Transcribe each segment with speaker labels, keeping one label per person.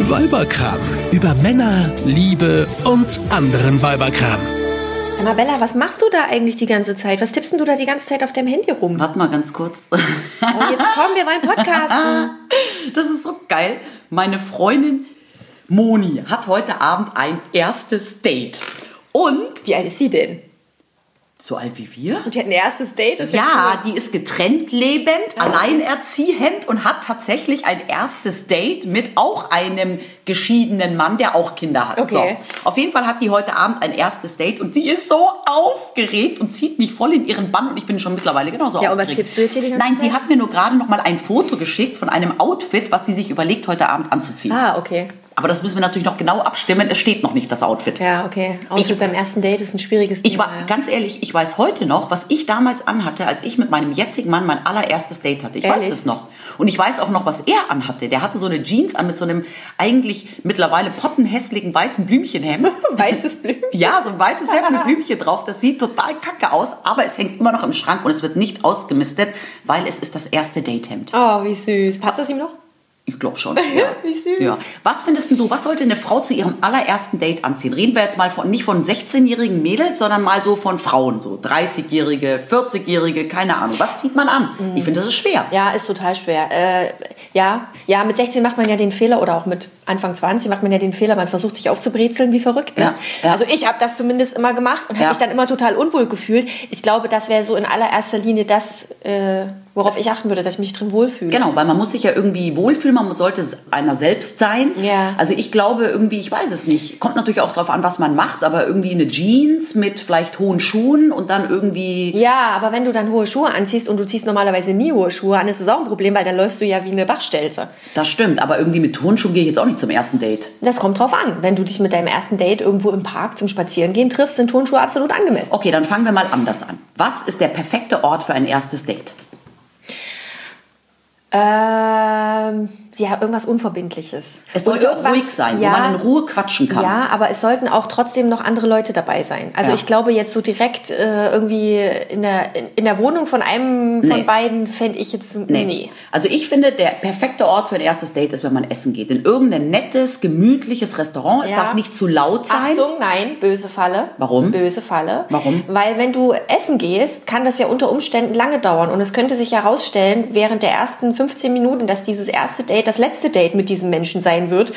Speaker 1: Weiberkram. Über Männer, Liebe und anderen Weiberkram.
Speaker 2: Annabella, was machst du da eigentlich die ganze Zeit? Was tippst denn du da die ganze Zeit auf deinem Handy rum?
Speaker 3: Warte mal ganz kurz.
Speaker 2: Oh, jetzt kommen wir beim Podcasten.
Speaker 3: Das ist so geil. Meine Freundin Moni hat heute Abend ein erstes Date. Und
Speaker 2: Wie alt ist sie denn?
Speaker 3: so alt wie wir?
Speaker 2: Und die hat ein erstes Date? Das ist
Speaker 3: Ja, die ist getrennt lebend, alleinerziehend und hat tatsächlich ein erstes Date mit auch einem geschiedenen Mann, der auch Kinder hat.
Speaker 2: Okay.
Speaker 3: So. Auf jeden Fall hat die heute Abend ein erstes Date und die ist so aufgeregt und zieht mich voll in ihren Bann und ich bin schon mittlerweile genauso
Speaker 2: Ja, und was
Speaker 3: aufgeregt.
Speaker 2: tippst du jetzt hier die ganze
Speaker 3: Nein, sie
Speaker 2: Zeit?
Speaker 3: hat mir nur gerade noch mal ein Foto geschickt von einem Outfit, was sie sich überlegt, heute Abend anzuziehen.
Speaker 2: ja cool. Ah, okay.
Speaker 3: Aber das müssen wir natürlich noch genau abstimmen. Es steht noch nicht das Outfit.
Speaker 2: Ja, okay. Ausflug beim ersten Date ist ein schwieriges
Speaker 3: Ich war
Speaker 2: Thema. ja.
Speaker 3: ganz ehrlich, ich weiß heute noch, was ich damals anhatte, als ich mit meinem jetzigen Mann mein allererstes Date hatte. Ich
Speaker 2: Ehrlich?
Speaker 3: weiß das noch. Und ich weiß auch noch, was er anhatte. Der hatte so eine Jeans an mit so einem eigentlich mittlerweile pottenhässlichen weißen Blümchenhemd.
Speaker 2: Weißes Blümchen.
Speaker 3: Ja, so ein weißes Hemd mit Blümchen drauf. Das sieht total kacke aus, aber es hängt immer noch im Schrank und es wird nicht ausgemistet, weil es ist das erste Datehemd.
Speaker 2: Oh, wie süß. Passt das ihm noch?
Speaker 3: Ich glaube schon. Ja.
Speaker 2: Wie süß.
Speaker 3: Ja. Was findest denn du, was sollte eine Frau zu ihrem allerersten Date anziehen? Reden wir jetzt mal von, nicht von 16-jährigen Mädels, sondern mal so von Frauen, so 30-jährige, 40-jährige, keine Ahnung. Was zieht man an? Ich finde, das ist schwer.
Speaker 2: Mhm. Ja, ist total schwer. Äh, ja, ja, mit 16 macht man ja den Fehler oder auch mit Anfang 20 macht man ja den Fehler, man versucht sich aufzubrezeln wie verrückt. Ne?
Speaker 3: Ja, ja.
Speaker 2: Also ich habe das zumindest immer gemacht und habe
Speaker 3: Ja.
Speaker 2: mich dann immer total unwohl gefühlt. Ich glaube, das wäre so in allererster Linie das, äh, worauf ich achten würde, dass ich mich drin wohlfühle.
Speaker 3: Genau, weil man muss sich ja irgendwie wohlfühlen, man sollte einer selbst sein.
Speaker 2: Ja.
Speaker 3: Also ich glaube irgendwie, ich weiß es nicht, kommt natürlich auch drauf an, was man macht, aber irgendwie eine Jeans mit vielleicht hohen Schuhen und dann irgendwie
Speaker 2: Ja, aber wenn du dann hohe Schuhe anziehst und du ziehst normalerweise nie hohe Schuhe an, ist das auch ein Problem, weil dann läufst du ja wie eine Bachstelze.
Speaker 3: Das stimmt, aber irgendwie mit Turnschuhen gehe ich jetzt auch nicht zum ersten Date.
Speaker 2: Das kommt drauf an. Wenn du dich mit deinem ersten Date irgendwo im Park zum Spazierengehen triffst, sind Turnschuhe absolut angemessen.
Speaker 3: Okay, dann fangen wir mal anders an. Was ist der perfekte Ort für ein erstes Date?
Speaker 2: Ähm, ja, irgendwas Unverbindliches.
Speaker 3: Es
Speaker 2: Und
Speaker 3: sollte auch
Speaker 2: irgendwas-
Speaker 3: ruhig sein,
Speaker 2: ja,
Speaker 3: wo man in Ruhe quatschen kann.
Speaker 2: Ja, aber es sollten auch trotzdem noch andere Leute dabei sein. Also
Speaker 3: Ja.
Speaker 2: ich glaube, jetzt so direkt äh, irgendwie in der, in, in der Wohnung von einem
Speaker 3: Nee.
Speaker 2: von beiden fände ich jetzt... Nee.
Speaker 3: Nee. Also ich finde, der perfekte Ort für ein erstes Date ist, wenn man essen geht. In irgendein nettes, gemütliches Restaurant. Es
Speaker 2: Ja.
Speaker 3: darf nicht zu laut sein.
Speaker 2: Achtung, nein, böse Falle.
Speaker 3: Warum?
Speaker 2: Böse Falle.
Speaker 3: Warum?
Speaker 2: Weil wenn du essen gehst, kann das ja unter Umständen lange dauern und es könnte sich herausstellen während der ersten 15 Minuten, dass dieses erste Date das letzte Date mit diesem Menschen sein wird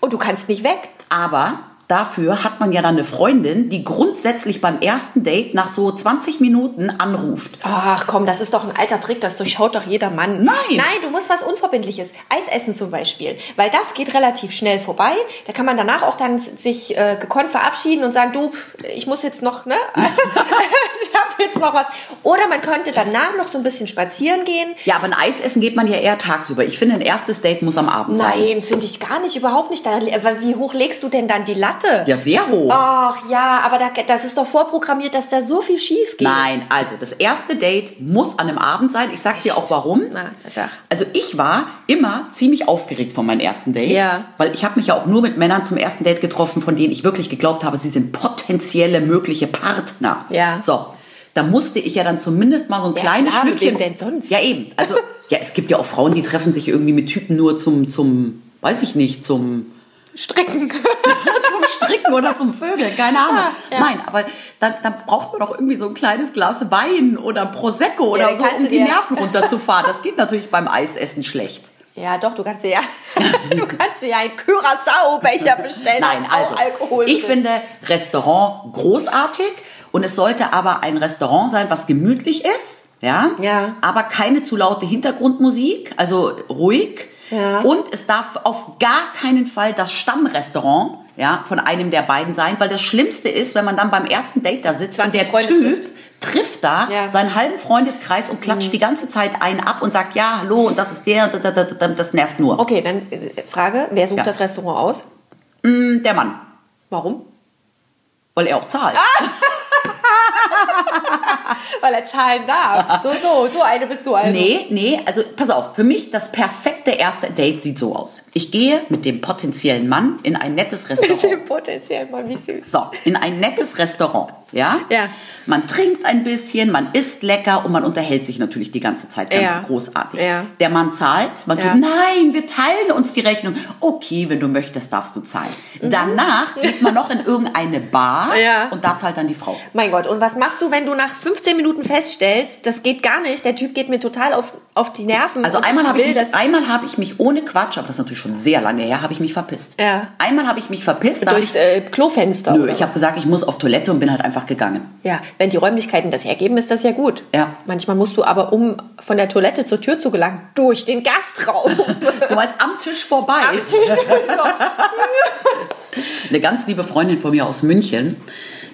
Speaker 2: und du kannst nicht weg.
Speaker 3: Aber dafür hat man ja dann eine Freundin, die grundsätzlich beim ersten Date nach so 20 Minuten anruft.
Speaker 2: Ach komm, das ist doch ein alter Trick, das durchschaut doch jeder Mann.
Speaker 3: Nein.
Speaker 2: Nein, du musst was Unverbindliches. Eis essen zum Beispiel. Weil das geht relativ schnell vorbei. Da kann man danach auch dann sich äh, gekonnt verabschieden und sagen, du, pf, ich muss jetzt noch, ne? ich habe jetzt noch was. Oder man könnte danach noch so ein bisschen spazieren gehen.
Speaker 3: Ja, aber ein Eis essen geht man ja eher tagsüber. Ich finde, ein erstes Date muss am Abend sein.
Speaker 2: Nein, finde ich gar nicht, überhaupt nicht. Da, weil wie hoch legst du denn dann die Latte?
Speaker 3: Ja, sehr hoch.
Speaker 2: Ach ja, aber da, das ist doch vorprogrammiert, dass da so viel schief geht.
Speaker 3: Nein, also das erste Date muss an einem Abend sein. Ich sag dir auch warum.
Speaker 2: Na, sag.
Speaker 3: Also ich war immer ziemlich aufgeregt von meinen ersten Dates,
Speaker 2: Ja.
Speaker 3: weil ich habe mich ja auch nur mit Männern zum ersten Date getroffen, von denen ich wirklich geglaubt habe, sie sind potenzielle mögliche Partner.
Speaker 2: Ja.
Speaker 3: So. Da musste ich ja dann zumindest mal so ein
Speaker 2: Ja,
Speaker 3: kleines
Speaker 2: klar, mit
Speaker 3: Schlückchen.
Speaker 2: wem denn sonst?
Speaker 3: Ja, eben. Also, ja, es gibt ja auch Frauen, die treffen sich irgendwie mit Typen nur zum, zum, weiß ich nicht, zum
Speaker 2: Strecken.
Speaker 3: zum Stricken oder zum Vögeln, keine
Speaker 2: Ah,
Speaker 3: Ahnung. Nein, aber dann, dann braucht man doch irgendwie so ein kleines Glas Wein oder Prosecco oder
Speaker 2: dann
Speaker 3: so,
Speaker 2: kannst
Speaker 3: um
Speaker 2: du
Speaker 3: die
Speaker 2: dir-
Speaker 3: Nerven runterzufahren. Das geht natürlich beim Eisessen schlecht.
Speaker 2: Ja, doch, du kannst dir ja, du kannst dir ja einen Curaçao-Becher bestellen. da ist
Speaker 3: Nein, also
Speaker 2: auch Alkohol
Speaker 3: ich
Speaker 2: drin.
Speaker 3: finde Restaurant großartig und es sollte aber ein Restaurant sein, was gemütlich ist, ja,
Speaker 2: Ja.
Speaker 3: aber keine zu laute Hintergrundmusik, also ruhig.
Speaker 2: Ja.
Speaker 3: Und es darf auf gar keinen Fall das Stammrestaurant ja, von einem der beiden sein, weil das Schlimmste ist, wenn man dann beim ersten Date da sitzt und
Speaker 2: 20
Speaker 3: der
Speaker 2: Freunde
Speaker 3: Typ trifft da
Speaker 2: Ja. Mhm.
Speaker 3: seinen halben Freundeskreis und klatscht die ganze Zeit einen ab und sagt, ja, hallo, und das ist der, da, da, da, da, das nervt nur.
Speaker 2: Okay, dann äh, Frage, wer sucht
Speaker 3: Ja.
Speaker 2: das Restaurant aus?
Speaker 3: Der Mann,
Speaker 2: Warum? Ah,
Speaker 3: weil er auch zahlt.
Speaker 2: weil er zahlen darf. So, so, so eine bist du also.
Speaker 3: Nee, nee, also pass auf, für mich das perfekte erste Date sieht so aus. Ich gehe mit dem potenziellen Mann in ein nettes
Speaker 2: Mit
Speaker 3: Restaurant.
Speaker 2: dem potenziellen Mann, wie süß.
Speaker 3: So, in ein nettes Restaurant, ja?
Speaker 2: Ja.
Speaker 3: Man trinkt ein bisschen, man isst lecker und man unterhält sich natürlich die ganze Zeit ganz
Speaker 2: Ja.
Speaker 3: großartig.
Speaker 2: Ja.
Speaker 3: Der Mann zahlt, man
Speaker 2: Ja.
Speaker 3: tut, nein, wir teilen uns die Rechnung. Okay, wenn du möchtest, darfst du zahlen. Danach geht man noch in irgendeine Bar
Speaker 2: Mhm. Ja.
Speaker 3: und da zahlt dann die Frau.
Speaker 2: Mein Gott, und was machst du, wenn du nach 15 Minuten feststellst, das geht gar nicht, der Typ geht mir total auf, auf die Nerven.
Speaker 3: Also
Speaker 2: und
Speaker 3: einmal habe ich,
Speaker 2: will
Speaker 3: mich- einmal habe ich mich ohne Quatsch, aber das ist natürlich schon sehr lange her, habe ich mich verpisst.
Speaker 2: Ja.
Speaker 3: Einmal habe ich mich verpisst, da habe ich
Speaker 2: durchs äh, Klofenster.
Speaker 3: Nö,
Speaker 2: oder
Speaker 3: ich habe gesagt, ich muss auf Toilette und bin halt einfach gegangen.
Speaker 2: Ja, wenn die Räumlichkeiten das hergeben, ist das ja gut.
Speaker 3: Ja.
Speaker 2: Manchmal musst du aber, um von der Toilette zur Tür zu gelangen, durch den Gastraum.
Speaker 3: Du meinst am Tisch vorbei.
Speaker 2: Am Tisch. So.
Speaker 3: Eine ganz liebe Freundin von mir aus München,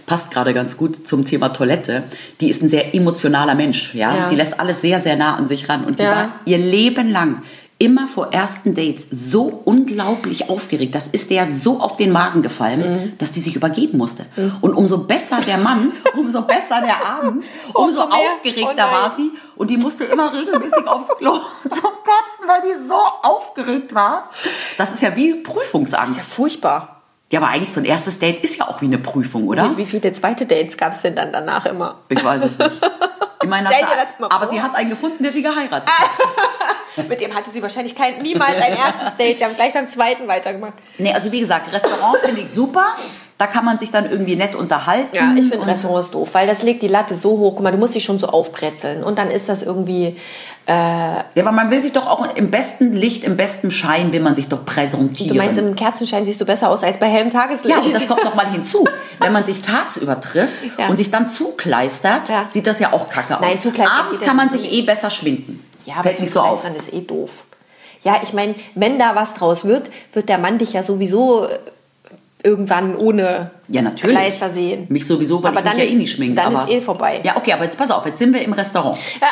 Speaker 3: passt gerade ganz gut zum Thema Toilette, die ist ein sehr emotionaler Mensch, ja?
Speaker 2: Ja.
Speaker 3: Die lässt alles sehr, sehr nah an sich ran und die
Speaker 2: Ja.
Speaker 3: war ihr Leben lang immer vor ersten Dates so unglaublich aufgeregt. Das ist der so auf den Magen gefallen,
Speaker 2: Mhm.
Speaker 3: dass die sich übergeben musste. Und umso besser der Mann, umso besser der Abend, umso,
Speaker 2: Umso mehr.
Speaker 3: aufgeregter
Speaker 2: Oh nein.
Speaker 3: war sie und die musste immer regelmäßig aufs Klo zum Kotzen, weil die so aufgeregt war. Das ist ja wie Prüfungsangst.
Speaker 2: Ja, furchtbar.
Speaker 3: Ja, aber eigentlich so ein erstes Date ist ja auch wie eine Prüfung, oder?
Speaker 2: Wie, wie viele zweite Dates gab es denn dann danach immer?
Speaker 3: Ich weiß es nicht. Ich meine,
Speaker 2: Stell
Speaker 3: nach-
Speaker 2: dir das mal
Speaker 3: aber
Speaker 2: vor.
Speaker 3: sie hat einen gefunden, der sie geheiratet hat.
Speaker 2: Mit dem hatte sie wahrscheinlich kein, niemals ein erstes Date. Sie haben gleich beim zweiten weitergemacht.
Speaker 3: Nee, also wie gesagt, Restaurant finde ich super. Da kann man sich dann irgendwie nett unterhalten.
Speaker 2: Ja, ich finde
Speaker 3: Und-
Speaker 2: Restaurants doof, weil das legt die Latte so hoch. Guck mal, du musst dich schon so aufbrezeln. Und dann ist das irgendwie.
Speaker 3: Ja, aber man will sich doch auch im besten Licht, im besten Schein will man sich doch präsentieren.
Speaker 2: Du meinst, im Kerzenschein siehst du besser aus als bei hellem Tageslicht.
Speaker 3: ja, und das kommt nochmal hinzu. Wenn man sich tagsüber trifft
Speaker 2: Ja.
Speaker 3: und sich dann zukleistert,
Speaker 2: Ja.
Speaker 3: sieht das ja auch kacke aus.
Speaker 2: Nein, zukleistern
Speaker 3: Abends
Speaker 2: geht
Speaker 3: kann
Speaker 2: das
Speaker 3: man sich
Speaker 2: nicht.
Speaker 3: eh besser schminken.
Speaker 2: Ja, aber
Speaker 3: Fällt nicht so auf.
Speaker 2: Dann ist eh doof. Ja, ich meine, wenn da was draus wird, wird der Mann dich ja sowieso äh, irgendwann ohne
Speaker 3: Ja, natürlich.
Speaker 2: Kleister sehen.
Speaker 3: Mich sowieso, weil
Speaker 2: Aber
Speaker 3: ich mich
Speaker 2: dann
Speaker 3: ja
Speaker 2: ist-
Speaker 3: eh nicht schminke.
Speaker 2: dann
Speaker 3: aber
Speaker 2: ist eh vorbei.
Speaker 3: Ja, okay, aber jetzt pass auf, jetzt sind wir im Restaurant.
Speaker 2: Ja.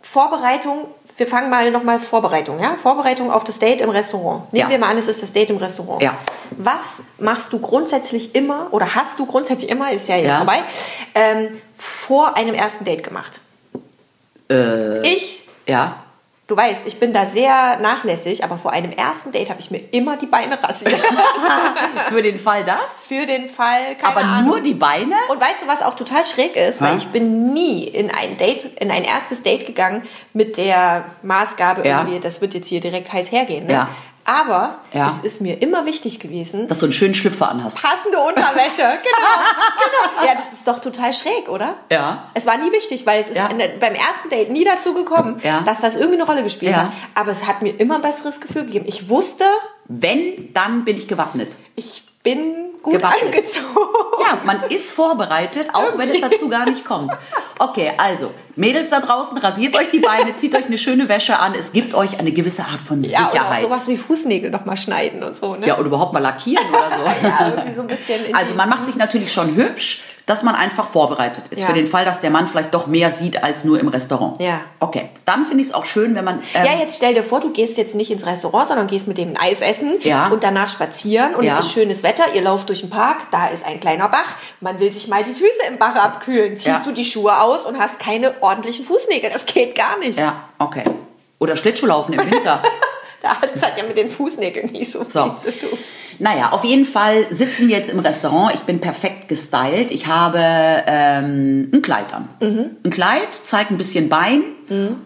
Speaker 2: Vorbereitung, wir fangen mal nochmal Vorbereitung, ja? Vorbereitung auf das Date im Restaurant. Nehmen
Speaker 3: Ja.
Speaker 2: wir mal an, es ist das Date im Restaurant.
Speaker 3: Ja.
Speaker 2: Was machst du grundsätzlich immer oder hast du grundsätzlich immer, ist ja jetzt
Speaker 3: Ja.
Speaker 2: vorbei, ähm, vor einem ersten Date gemacht?
Speaker 3: Äh.
Speaker 2: Ich
Speaker 3: Ja.
Speaker 2: Du weißt, ich bin da sehr nachlässig, aber vor einem ersten Date habe ich mir immer die Beine rasiert.
Speaker 3: Für den Fall das?
Speaker 2: Für den Fall, keine
Speaker 3: Aber
Speaker 2: Ahnung.
Speaker 3: nur die Beine?
Speaker 2: Und weißt du, was auch total schräg ist?
Speaker 3: Hä?
Speaker 2: Weil ich bin nie in ein Date, in ein erstes Date gegangen mit der Maßgabe
Speaker 3: Ja.
Speaker 2: irgendwie, das wird jetzt hier direkt heiß hergehen. Ne?
Speaker 3: Ja.
Speaker 2: Aber
Speaker 3: Ja.
Speaker 2: es ist mir immer wichtig gewesen,
Speaker 3: Dass du einen schönen Schlüpfer anhast.
Speaker 2: passende Unterwäsche. genau, genau. Ja, das ist doch total schräg, oder?
Speaker 3: Ja.
Speaker 2: Es war nie wichtig, weil es ist
Speaker 3: Ja.
Speaker 2: an der- beim ersten Date nie dazu gekommen,
Speaker 3: Ja.
Speaker 2: dass das irgendwie eine Rolle gespielt
Speaker 3: Ja.
Speaker 2: hat. Aber es hat mir immer ein besseres Gefühl gegeben. Ich wusste,
Speaker 3: Wenn, dann bin ich gewappnet.
Speaker 2: ich bin gut
Speaker 3: Gewappnet.
Speaker 2: angezogen.
Speaker 3: Ja, man ist vorbereitet, auch wenn es dazu gar nicht kommt. Okay, also, Mädels da draußen, rasiert euch die Beine, zieht euch eine schöne Wäsche an. Es gibt euch eine gewisse Art von
Speaker 2: Ja, oder auch
Speaker 3: Sicherheit.
Speaker 2: sowas wie Fußnägel nochmal schneiden und so. Ne?
Speaker 3: Ja, oder überhaupt mal lackieren oder so.
Speaker 2: Ja, irgendwie so ein bisschen in
Speaker 3: Also
Speaker 2: die-
Speaker 3: man macht sich natürlich schon hübsch, dass man einfach vorbereitet ist.
Speaker 2: Ja.
Speaker 3: Für den Fall, dass der Mann vielleicht doch mehr sieht als nur im Restaurant.
Speaker 2: Ja.
Speaker 3: Okay, dann finde ich es auch schön, wenn man... ähm,
Speaker 2: ja, jetzt stell dir vor, du gehst jetzt nicht ins Restaurant, sondern gehst mit dem ein Eis essen
Speaker 3: Ja.
Speaker 2: und danach spazieren und
Speaker 3: Ja.
Speaker 2: es ist schönes Wetter, ihr lauft durch den Park, da ist ein kleiner Bach, man will sich mal die Füße im Bach abkühlen, ziehst
Speaker 3: Ja.
Speaker 2: du die Schuhe aus und hast keine ordentlichen Fußnägel, das geht gar nicht.
Speaker 3: ja, okay. Oder Schlittschuhlaufen im Winter.
Speaker 2: Da- Das hat ja mit den Fußnägeln nicht so viel
Speaker 3: So.
Speaker 2: zu tun.
Speaker 3: Naja, auf jeden Fall sitzen wir jetzt im Restaurant. Ich bin perfekt gestylt. Ich habe ähm, ein Kleid an.
Speaker 2: Mhm.
Speaker 3: Ein Kleid zeigt ein bisschen Bein,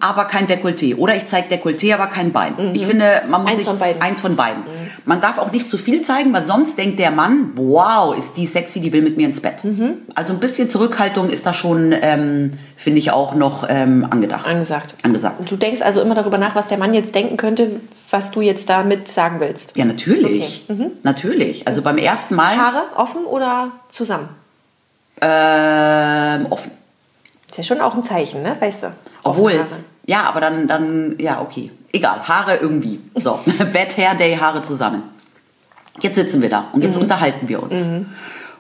Speaker 3: aber kein Dekolleté. Oder ich zeige Dekolleté, aber kein Bein. Ich finde, man muss
Speaker 2: Mhm. Eins
Speaker 3: sich
Speaker 2: von beiden. Mhm.
Speaker 3: eins von beiden. Man darf auch nicht zu viel zeigen, weil sonst denkt der Mann, wow, ist die sexy, die will mit mir ins Bett.
Speaker 2: Mhm.
Speaker 3: Also ein bisschen Zurückhaltung ist da schon, ähm, finde ich, auch noch ähm, angedacht.
Speaker 2: Angesagt.
Speaker 3: Angesagt.
Speaker 2: Du denkst also immer darüber nach, was der Mann jetzt denken könnte, was du jetzt damit sagen willst.
Speaker 3: Ja, natürlich.
Speaker 2: Mhm.
Speaker 3: Natürlich. Also beim ersten Mal
Speaker 2: Haare offen oder zusammen?
Speaker 3: ähm, offen.
Speaker 2: Ist ja schon auch ein Zeichen, ne? Weißt du?
Speaker 3: Obwohl,
Speaker 2: Offene Haare.
Speaker 3: ja, aber dann, dann, ja, okay. Egal, Haare irgendwie. So, Bad Hair Day, Haare zusammen. Jetzt sitzen wir da und
Speaker 2: Mhm.
Speaker 3: jetzt unterhalten wir uns.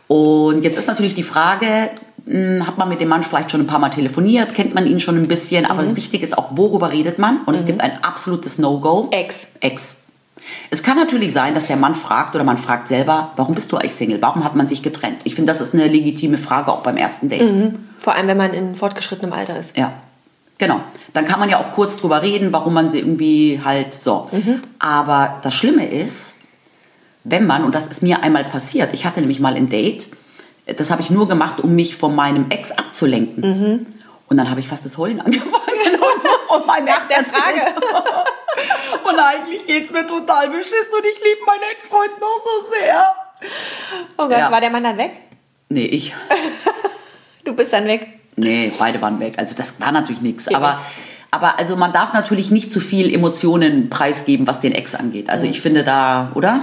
Speaker 3: Und jetzt ist natürlich die Frage, mh, hat man mit dem Mann vielleicht schon ein paar Mal telefoniert, kennt man ihn schon
Speaker 2: Mhm.
Speaker 3: ein bisschen, aber das Wichtige ist auch, worüber redet man? Und es gibt ein absolutes No-Go.
Speaker 2: Ex.
Speaker 3: Ex. Es kann natürlich sein, dass der Mann fragt oder man fragt selber, warum bist du eigentlich Single? Warum hat man sich getrennt? Ich finde, das ist eine legitime Frage auch beim ersten Date.
Speaker 2: Vor allem, wenn man in fortgeschrittenem Alter ist.
Speaker 3: Ja, genau. Dann kann man ja auch kurz drüber reden, warum man sie irgendwie halt so.
Speaker 2: Mhm.
Speaker 3: Aber das Schlimme ist, wenn man, und das ist mir einmal passiert, ich hatte nämlich mal ein Date, das habe ich nur gemacht, um mich von meinem Ex abzulenken.
Speaker 2: Mhm.
Speaker 3: Und dann habe ich fast das Heulen angefangen. Und, und meinem
Speaker 2: Nach
Speaker 3: Ex
Speaker 2: der
Speaker 3: erzählt. Und eigentlich geht es mir total beschissen und ich liebe meinen Ex-Freund noch so sehr.
Speaker 2: Oh Gott,
Speaker 3: Ja.
Speaker 2: war der Mann dann weg?
Speaker 3: Nee, ich.
Speaker 2: Du bist dann weg.
Speaker 3: Nee, beide waren weg. Also das war natürlich nichts.
Speaker 2: Geht
Speaker 3: Aber,
Speaker 2: nicht.
Speaker 3: aber also man darf natürlich nicht zu viel Emotionen preisgeben, was den Ex angeht. Also ich finde da, oder?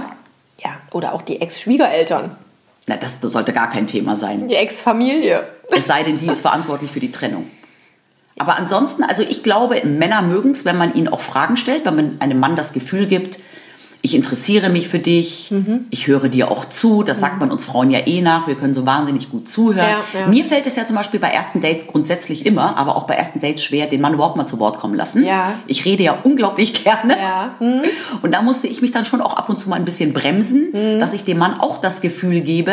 Speaker 2: Ja, oder auch die Ex-Schwiegereltern,
Speaker 3: Na, das sollte gar kein Thema sein.
Speaker 2: die Ex-Familie.
Speaker 3: Es sei denn, die ist verantwortlich für die Trennung. Aber ansonsten, also ich glaube, Männer mögen es, wenn man ihnen auch Fragen stellt, wenn man einem Mann das Gefühl gibt, ich interessiere mich für dich,
Speaker 2: Mhm.
Speaker 3: ich höre dir auch zu. Das sagt man uns Frauen ja eh nach, wir können so wahnsinnig gut zuhören.
Speaker 2: Ja, ja.
Speaker 3: Mir fällt es ja zum Beispiel bei ersten Dates grundsätzlich immer, aber auch bei ersten Dates schwer, den Mann überhaupt mal zu Wort kommen lassen.
Speaker 2: Ja.
Speaker 3: Ich rede ja unglaublich gerne.
Speaker 2: Ja. Mhm.
Speaker 3: Und da musste ich mich dann schon auch ab und zu mal ein bisschen bremsen, dass ich dem Mann auch das Gefühl gebe,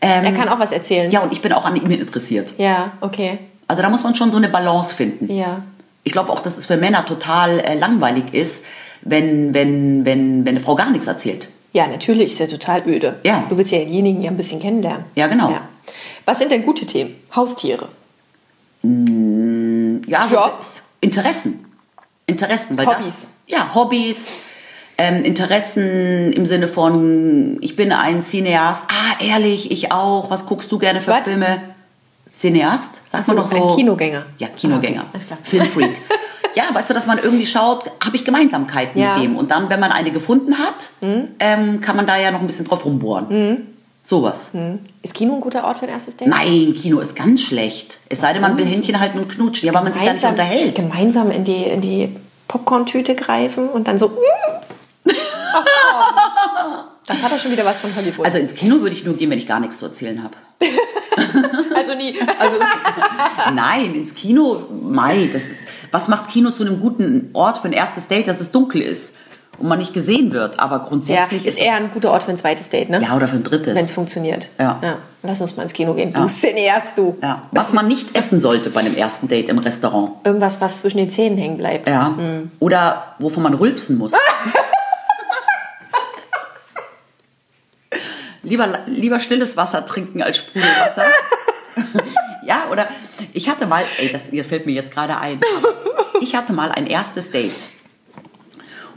Speaker 3: ähm,
Speaker 2: Mhm. Er kann auch was erzählen.
Speaker 3: ja, und ich bin auch an ihm interessiert.
Speaker 2: Ja, okay.
Speaker 3: Also da muss man schon so eine Balance finden.
Speaker 2: Ja.
Speaker 3: Ich glaube auch, dass es für Männer total äh, langweilig ist, wenn, wenn, wenn, wenn eine Frau gar nichts erzählt.
Speaker 2: Ja, natürlich ist er total öde.
Speaker 3: Ja.
Speaker 2: Du willst ja denjenigen ja ein bisschen kennenlernen.
Speaker 3: Ja, genau.
Speaker 2: Was sind denn gute Themen? Haustiere.
Speaker 3: Ja, also
Speaker 2: Job?
Speaker 3: Interessen. Interessen. Weil
Speaker 2: Hobbys.
Speaker 3: Das, ja, Hobbys. Ähm, Interessen im Sinne von, ich bin ein Cineast. Ah, ehrlich, ich auch. Was guckst du gerne für
Speaker 2: Was?
Speaker 3: Filme? Cineast? Sagt
Speaker 2: Ach so,
Speaker 3: man doch so.
Speaker 2: ein Kinogänger.
Speaker 3: Ja, Kinogänger.
Speaker 2: Ah, okay, alles klar.
Speaker 3: Filmfreak. ja, weißt du, dass man irgendwie schaut, habe ich Gemeinsamkeiten
Speaker 2: Ja. Mhm.
Speaker 3: mit dem. Und dann, wenn man eine gefunden hat, ähm, kann man da ja noch ein bisschen drauf rumbohren. Sowas.
Speaker 2: Mhm. Ist Kino ein guter Ort für ein erstes Date?
Speaker 3: Nein, Kino ist ganz schlecht. Es sei denn, man will Händchen halten und knutschen, ja, weil man sich dann nicht unterhält.
Speaker 2: gemeinsam in die, in die Popcorn-Tüte greifen und dann so. Mm. Ach, komm. das hat doch schon wieder was von Hollywood.
Speaker 3: Also ins Kino würde ich nur gehen, wenn ich gar nichts zu erzählen habe.
Speaker 2: also nie.
Speaker 3: Also, nein, ins Kino, mei, das ist, was macht Kino zu einem guten Ort für ein erstes Date, dass es dunkel ist und man nicht gesehen wird, aber
Speaker 2: Ja,
Speaker 3: grundsätzlich
Speaker 2: ist eher ein guter Ort für ein zweites Date, ne?
Speaker 3: ja, oder für ein drittes.
Speaker 2: Wenn es funktioniert.
Speaker 3: Ja.
Speaker 2: Lass uns mal ins Kino gehen. Du cineast du.
Speaker 3: ja. Was man nicht essen sollte bei einem ersten Date im Restaurant.
Speaker 2: Irgendwas, was zwischen den Zähnen hängen bleibt.
Speaker 3: Ja. Oder wovon man rülpsen muss. lieber, lieber stilles Wasser trinken als Sprudelwasser. ja, oder ich hatte mal, ey, das, das fällt mir jetzt gerade ein. aber Ich hatte mal ein erstes Date.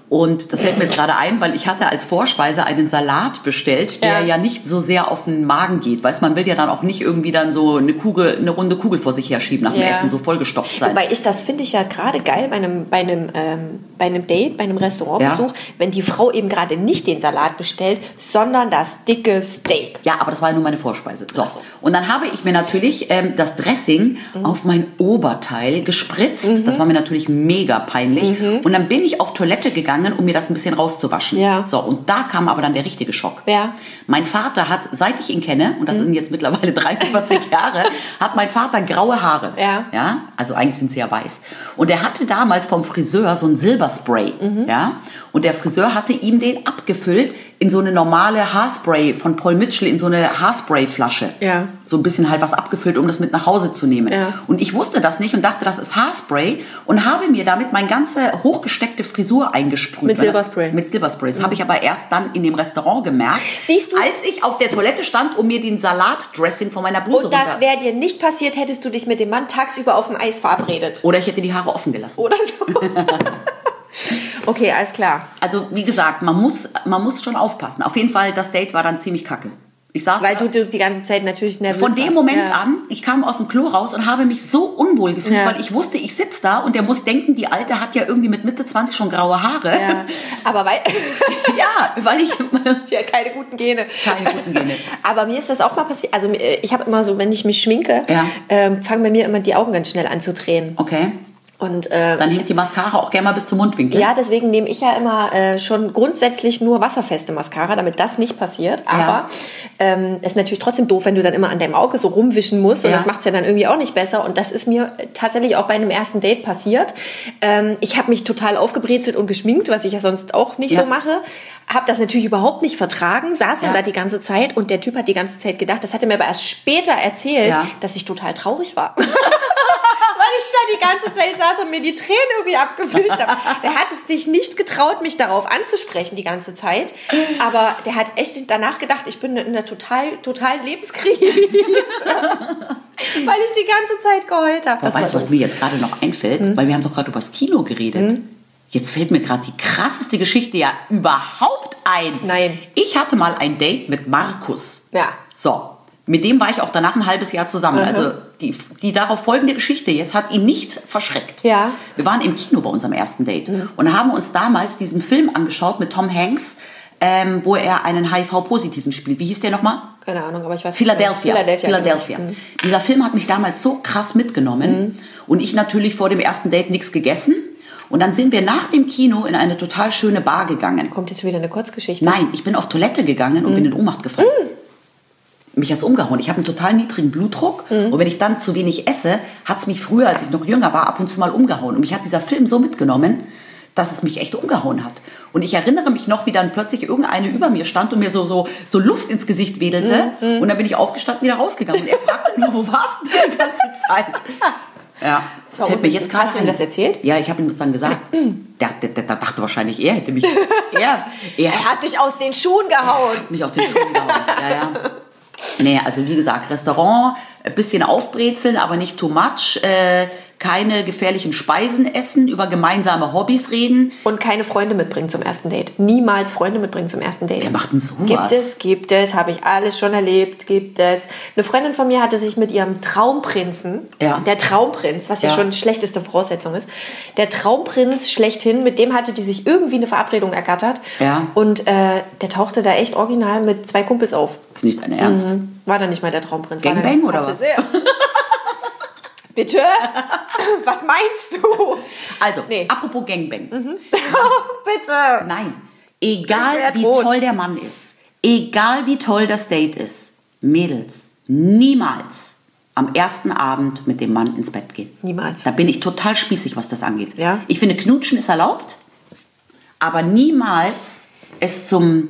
Speaker 3: Und das fällt mir jetzt gerade ein, weil ich hatte als Vorspeise einen Salat bestellt, der
Speaker 2: Ja.
Speaker 3: ja. nicht so sehr auf den Magen geht. Weiß man will ja dann auch nicht irgendwie dann so eine Kugel, eine runde Kugel vor sich herschieben nach dem
Speaker 2: Ja.
Speaker 3: Essen, so vollgestopft sein.
Speaker 2: Wobei ich, das finde ich ja gerade geil bei einem, bei, einem, ähm, bei einem Date, bei einem Restaurantbesuch,
Speaker 3: Ja.
Speaker 2: wenn die Frau eben gerade nicht den Salat bestellt, sondern das dicke Steak.
Speaker 3: Ja, aber das war ja nur meine Vorspeise. So. Und dann habe ich mir natürlich ähm, das Dressing auf mein Oberteil gespritzt.
Speaker 2: Mhm.
Speaker 3: Das war mir natürlich mega peinlich. Und dann bin ich auf Toilette gegangen, um mir das ein bisschen rauszuwaschen.
Speaker 2: Ja.
Speaker 3: So, und da kam aber dann der richtige Schock.
Speaker 2: Ja.
Speaker 3: Mein Vater hat, seit ich ihn kenne, und
Speaker 2: Mhm.
Speaker 3: das sind jetzt mittlerweile 43 Jahre, hat mein Vater graue Haare.
Speaker 2: Ja.
Speaker 3: Ja, also eigentlich sind sie ja weiß. Und er hatte damals vom Friseur so ein Silberspray,
Speaker 2: Mhm.
Speaker 3: ja. Und der Friseur hatte ihm den abgefüllt in so eine normale Haarspray von Paul Mitchell in so eine Haarspray-Flasche.
Speaker 2: Ja.
Speaker 3: So ein bisschen halt was abgefüllt, um das mit nach Hause zu nehmen.
Speaker 2: Ja.
Speaker 3: Und ich wusste das nicht und dachte, das ist Haarspray und habe mir damit meine ganze hochgesteckte Frisur eingesprüht.
Speaker 2: Mit Silberspray.
Speaker 3: Mit Silberspray. Das habe ich aber erst dann in dem Restaurant gemerkt.
Speaker 2: Siehst du?
Speaker 3: Als ich auf der Toilette stand, um mir den Salatdressing von meiner Bluse
Speaker 2: Und das
Speaker 3: runter-
Speaker 2: wäre dir nicht passiert, hättest du dich mit dem Mann tagsüber auf dem Eis verabredet.
Speaker 3: Oder ich hätte die Haare offen gelassen.
Speaker 2: Oder so. okay, alles klar.
Speaker 3: Also wie gesagt, man muss, man muss schon aufpassen. Auf jeden Fall, das Date war dann ziemlich kacke. Ich saß
Speaker 2: Weil
Speaker 3: da-
Speaker 2: du, du die ganze Zeit natürlich nervös
Speaker 3: von dem
Speaker 2: warst.
Speaker 3: Moment
Speaker 2: ja.
Speaker 3: an, ich kam aus dem Klo raus und habe mich so unwohl gefühlt,
Speaker 2: Ja.
Speaker 3: weil ich wusste, ich sitze da und der muss denken, die Alte hat ja irgendwie mit Mitte 20 schon graue Haare.
Speaker 2: Ja. Aber weil.
Speaker 3: ja weil ich...
Speaker 2: Die hat keine guten Gene.
Speaker 3: Keine guten Gene.
Speaker 2: Aber mir ist das auch mal passiert. Also äh, ich habe immer so, wenn ich mich schminke,
Speaker 3: Ja.
Speaker 2: ähm, fangen bei mir immer die Augen ganz schnell an zu drehen.
Speaker 3: Okay.
Speaker 2: Und äh,
Speaker 3: Dann hängt die Mascara auch gerne mal bis zum Mundwinkel.
Speaker 2: ja, deswegen nehme ich ja immer äh, schon grundsätzlich nur wasserfeste Mascara, damit das nicht passiert. Aber ähm, es ist natürlich trotzdem doof, wenn du dann immer an deinem Auge so rumwischen musst. Und
Speaker 3: Ja.
Speaker 2: das macht es ja dann irgendwie auch nicht besser. Und das ist mir tatsächlich auch bei einem ersten Date passiert. Ähm, ich habe mich total aufgebrezelt und geschminkt, was ich ja sonst auch nicht
Speaker 3: Ja.
Speaker 2: so mache. Habe das natürlich überhaupt nicht vertragen, saß
Speaker 3: Ja.
Speaker 2: dann da die ganze Zeit und der Typ hat die ganze Zeit gedacht, das hat er mir aber erst später erzählt,
Speaker 3: Ja.
Speaker 2: dass ich total traurig war. weil ich da die ganze Zeit saß und mir die Tränen irgendwie abgewischt habe. Der hat es sich nicht getraut, mich darauf anzusprechen die ganze Zeit. Aber der hat echt danach gedacht, ich bin in einer total, total Lebenskrise. weil ich die ganze Zeit geheult habe. Das
Speaker 3: Aber weißt du,
Speaker 2: war doof.
Speaker 3: was
Speaker 2: Hm?
Speaker 3: mir jetzt gerade noch einfällt? Weil wir haben doch gerade über das Kino geredet. Jetzt fällt mir gerade die krasseste Geschichte ja überhaupt ein.
Speaker 2: Nein.
Speaker 3: Ich hatte mal ein Date mit Markus.
Speaker 2: Ja.
Speaker 3: So. Mit dem war ich auch danach ein halbes Jahr zusammen. Also die, die darauf folgende Geschichte jetzt hat ihn nicht verschreckt.
Speaker 2: Ja. Hm.
Speaker 3: Wir waren im Kino bei unserem ersten Date und haben uns damals diesen Film angeschaut mit Tom Hanks, ähm, wo er einen HIV-Positiven spielt. Wie hieß der nochmal?
Speaker 2: Keine Ahnung, aber ich weiß
Speaker 3: Philadelphia.
Speaker 2: Philadelphia. genau. Hm.
Speaker 3: Philadelphia. genau. Mhm. Dieser Film hat mich damals so krass mitgenommen und ich natürlich vor dem ersten Date nichts gegessen. Und dann sind wir nach dem Kino in eine total schöne Bar gegangen.
Speaker 2: Kommt jetzt schon wieder eine Kurzgeschichte.
Speaker 3: Nein, ich bin auf Toilette gegangen und bin
Speaker 2: Mhm.
Speaker 3: in Ohnmacht gefallen. Mich hat's umgehauen. Ich habe einen total niedrigen Blutdruck
Speaker 2: Mhm.
Speaker 3: und wenn ich dann zu wenig esse, hat's mich früher, als ich noch jünger war, ab und zu mal umgehauen. Und mich hat dieser Film so mitgenommen, dass es mich echt umgehauen hat. Und ich erinnere mich noch, wie dann plötzlich irgendeine über mir stand und mir so so so Luft ins Gesicht wedelte.
Speaker 2: Mhm.
Speaker 3: Und dann bin ich aufgestanden, wieder rausgegangen. Und er fragte nur, wo warst du die ganze Zeit? Ja, das
Speaker 2: Warum?
Speaker 3: fällt mir jetzt gerade
Speaker 2: Hast du ihm
Speaker 3: ein.
Speaker 2: das erzählt? Mhm.
Speaker 3: Ja, ich habe ihm das dann gesagt. Der, der, der, der dachte wahrscheinlich, er hätte mich. er, er
Speaker 2: Er hat dich aus den Schuhen gehauen.
Speaker 3: mich aus den Schuhen gehauen. Ja, ja. Nee, also wie gesagt, Restaurant, ein bisschen aufbrezeln, aber nicht too much. Äh, keine gefährlichen Speisen essen, über gemeinsame Hobbys reden.
Speaker 2: Und keine Freunde mitbringen zum ersten Date. Niemals Freunde mitbringen zum ersten Date.
Speaker 3: Wer macht denn sowas?
Speaker 2: Gibt es, gibt es, habe ich alles schon erlebt, gibt es. Eine Freundin von mir hatte sich mit ihrem Traumprinzen,
Speaker 3: Ja.
Speaker 2: der Traumprinz, was ja,
Speaker 3: Ja.
Speaker 2: schon schlechteste Voraussetzung ist, der Traumprinz schlechthin, mit dem hatte die sich irgendwie eine Verabredung ergattert.
Speaker 3: Ja.
Speaker 2: Und äh, der tauchte da echt original mit zwei Kumpels auf.
Speaker 3: Ist nicht dein Ernst.
Speaker 2: War dann nicht mal der Traumprinz. war dann-
Speaker 3: Gangbang oder was?
Speaker 2: Ja. Bitte? was meinst du?
Speaker 3: Also,
Speaker 2: Nee. Mhm.
Speaker 3: apropos Gangbang.
Speaker 2: Bitte.
Speaker 3: Nein.
Speaker 2: Ich
Speaker 3: Egal
Speaker 2: werd
Speaker 3: wie
Speaker 2: rot.
Speaker 3: toll der Mann ist, egal wie toll das Date ist, Mädels, niemals am ersten Abend mit dem Mann ins Bett gehen.
Speaker 2: Niemals.
Speaker 3: Da bin ich total spießig, was das angeht.
Speaker 2: Ja.
Speaker 3: Ich finde, Knutschen ist erlaubt, aber niemals es zum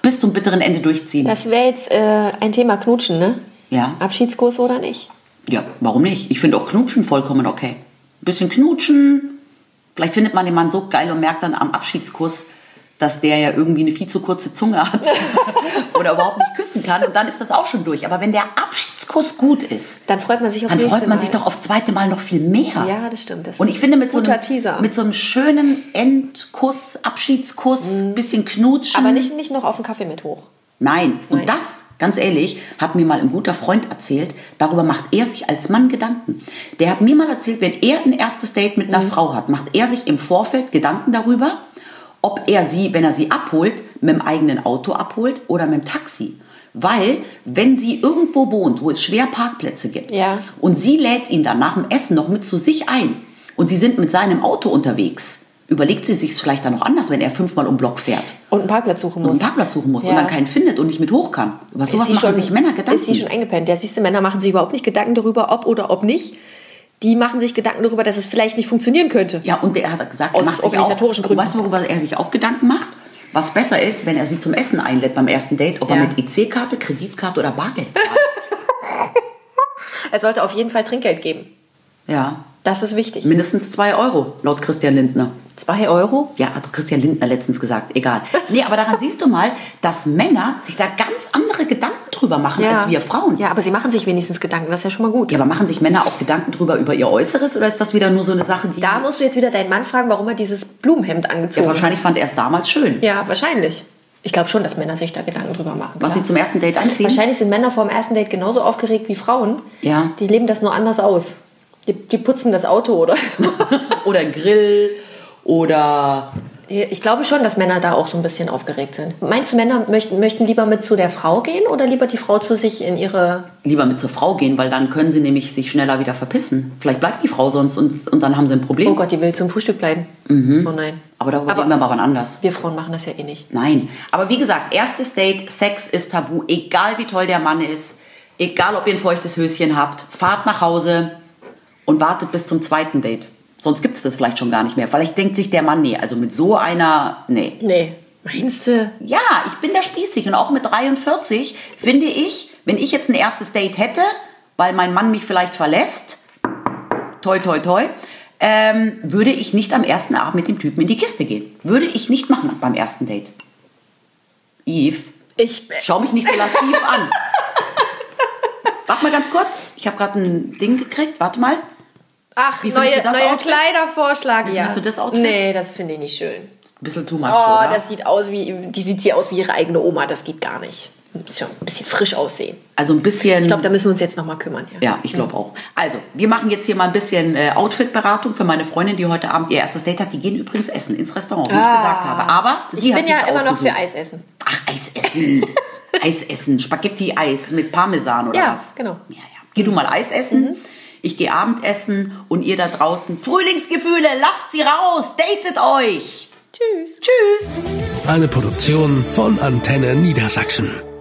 Speaker 3: bis zum bitteren Ende durchziehen.
Speaker 2: Das wäre jetzt äh, ein Thema Knutschen, ne?
Speaker 3: Ja.
Speaker 2: Abschiedskurs oder nicht?
Speaker 3: ja, warum nicht? Ich finde auch Knutschen vollkommen okay. Ein bisschen knutschen. Vielleicht findet man den Mann so geil und merkt dann am Abschiedskurs, dass der ja irgendwie eine viel zu kurze Zunge hat oder überhaupt nicht küssen kann. Und dann ist das auch schon durch. Aber wenn der Abschiedskurs gut ist,
Speaker 2: Dann freut man sich aufs
Speaker 3: dann
Speaker 2: nächste
Speaker 3: freut man sich
Speaker 2: Mal.
Speaker 3: doch aufs zweite Mal noch viel mehr.
Speaker 2: Ja, das stimmt. Das
Speaker 3: und
Speaker 2: ist
Speaker 3: ich finde, mit so,
Speaker 2: guter
Speaker 3: einem,
Speaker 2: Teaser.
Speaker 3: mit so einem schönen Endkuss, Abschiedskuss, bisschen knutschen.
Speaker 2: Mhm. Aber nicht, nicht noch auf den Kaffee mit hoch.
Speaker 3: Nein. Und
Speaker 2: Nein.
Speaker 3: das, ganz ehrlich, hat mir mal ein guter Freund erzählt. Darüber macht er sich als Mann Gedanken. Der hat mir mal erzählt, wenn er ein erstes Date mit
Speaker 2: Mhm.
Speaker 3: einer Frau hat, macht er sich im Vorfeld Gedanken darüber, ob er sie, wenn er sie abholt, mit dem eigenen Auto abholt oder mit dem Taxi. Weil, wenn sie irgendwo wohnt, wo es schwer Parkplätze gibt
Speaker 2: Ja.
Speaker 3: und sie lädt ihn dann nach dem Essen noch mit zu sich ein und sie sind mit seinem Auto unterwegs, überlegt sie sich vielleicht dann noch anders, wenn er fünfmal um den Block fährt
Speaker 2: Und einen Parkplatz suchen
Speaker 3: und einen
Speaker 2: muss.
Speaker 3: Parkplatz suchen muss und
Speaker 2: Ja.
Speaker 3: dann keinen findet und nicht mit hoch kann. Über sowas machen sich Männer Gedanken.
Speaker 2: Ist sie schon eingepennt? Ja, siehst du, Männer machen sich überhaupt nicht Gedanken darüber, ob oder ob nicht. Die machen sich Gedanken darüber, dass es vielleicht nicht funktionieren könnte.
Speaker 3: ja, und er hat gesagt,
Speaker 2: Aus
Speaker 3: er macht sich
Speaker 2: organisatorischen
Speaker 3: auch,
Speaker 2: Gründen.
Speaker 3: Weißt du, worüber er sich auch Gedanken macht? Was besser ist, wenn er sie zum Essen einlädt beim ersten Date, ob
Speaker 2: Ja.
Speaker 3: er mit IC-Karte, Kreditkarte oder Bargeld zahlt.
Speaker 2: Er sollte auf jeden Fall Trinkgeld geben.
Speaker 3: ja,
Speaker 2: Das ist wichtig.
Speaker 3: mindestens zwei Euro, laut Christian Lindner.
Speaker 2: Zwei Euro?
Speaker 3: Ja, hat doch Christian Lindner letztens gesagt, egal. Nee, aber daran siehst du mal, dass Männer sich da ganz andere Gedanken drüber machen als wir Frauen.
Speaker 2: Ja, aber sie machen sich wenigstens Gedanken. Das ist ja schon mal gut.
Speaker 3: ja, aber machen sich Männer auch Gedanken drüber über ihr Äußeres oder ist das wieder nur so eine Sache, die
Speaker 2: Da musst du jetzt wieder deinen Mann fragen, warum er dieses Blumenhemd
Speaker 3: ja,
Speaker 2: angezogen hat.
Speaker 3: wahrscheinlich fand er es damals schön?
Speaker 2: Ja, wahrscheinlich. Ich glaube schon, dass Männer sich da Gedanken drüber machen.
Speaker 3: Was
Speaker 2: klar.
Speaker 3: sie zum ersten Date anziehen?
Speaker 2: Wahrscheinlich sind Männer vor dem ersten Date genauso aufgeregt wie Frauen.
Speaker 3: Ja.
Speaker 2: Die leben das nur anders aus. Die, die putzen das Auto, oder?
Speaker 3: Oder ein Grill oder
Speaker 2: Ich glaube schon, dass Männer da auch so ein bisschen aufgeregt sind. Meinst du, Männer möchten, möchten lieber mit zu der Frau gehen oder lieber die Frau zu sich in ihre.
Speaker 3: Lieber mit zur Frau gehen, weil dann können sie nämlich sich schneller wieder verpissen. Vielleicht bleibt die Frau sonst und, und dann haben sie ein Problem.
Speaker 2: Oh Gott, die will zum Frühstück bleiben. Oh nein.
Speaker 3: Mhm. Aber darüber reden wir mal wann anders.
Speaker 2: Wir Frauen machen das ja eh nicht.
Speaker 3: Nein. Aber wie gesagt, erstes Date, Sex ist tabu. Egal wie toll der Mann ist, egal ob ihr ein feuchtes Höschen habt, fahrt nach Hause und wartet bis zum zweiten Date. Sonst gibt es das vielleicht schon gar nicht mehr. Vielleicht denkt sich der Mann, nee, also mit so einer, nee.
Speaker 2: Nee. Meinst du?
Speaker 3: Ja, ich bin da spießig und auch mit 43 finde ich, wenn ich jetzt ein erstes Date hätte, weil mein Mann mich vielleicht verlässt, toi toi toi, ähm, würde ich nicht am ersten Abend mit dem Typen in die Kiste gehen. Würde ich nicht machen beim ersten Date. Yves,
Speaker 2: Ich.
Speaker 3: schau mich nicht so lassiv an. Warte mal ganz kurz, ich habe gerade ein Ding gekriegt, warte mal.
Speaker 2: Ach,
Speaker 3: Wie findest
Speaker 2: neue,
Speaker 3: du das
Speaker 2: neuer
Speaker 3: Outfit?
Speaker 2: Kleidervorschlag.
Speaker 3: Wie
Speaker 2: ja.
Speaker 3: findest du das Outfit?
Speaker 2: Nee, das finde ich nicht schön.
Speaker 3: Bisschen too much,
Speaker 2: Oh,
Speaker 3: oder?
Speaker 2: das sieht aus wie. Die sieht sie aus wie ihre eigene Oma. Das geht gar nicht. Muss ja ein bisschen frisch aussehen.
Speaker 3: also ein bisschen...
Speaker 2: Ich glaube, da müssen wir uns jetzt nochmal kümmern.
Speaker 3: Ja, ich glaube auch. Also, wir machen jetzt hier mal ein bisschen äh, Outfit-Beratung für meine Freundin, die heute Abend ihr erstes Date hat. Die gehen übrigens essen ins Restaurant, wie ich gesagt habe. Aber
Speaker 2: Ah. ich
Speaker 3: sie hat
Speaker 2: bin ja
Speaker 3: sich's
Speaker 2: immer noch
Speaker 3: ausgesucht.
Speaker 2: für Eis essen.
Speaker 3: Ach, Eis essen. Eis essen. Spaghetti-Eis mit Parmesan oder
Speaker 2: Ja,
Speaker 3: was?
Speaker 2: genau. Mhm.
Speaker 3: Ja, ja. Geh du mal Eis essen. Ich gehe Abendessen und ihr da draußen. Frühlingsgefühle, lasst sie raus. Datet euch.
Speaker 2: Tschüss.
Speaker 3: Tschüss.
Speaker 1: Eine Produktion von Antenne Niedersachsen.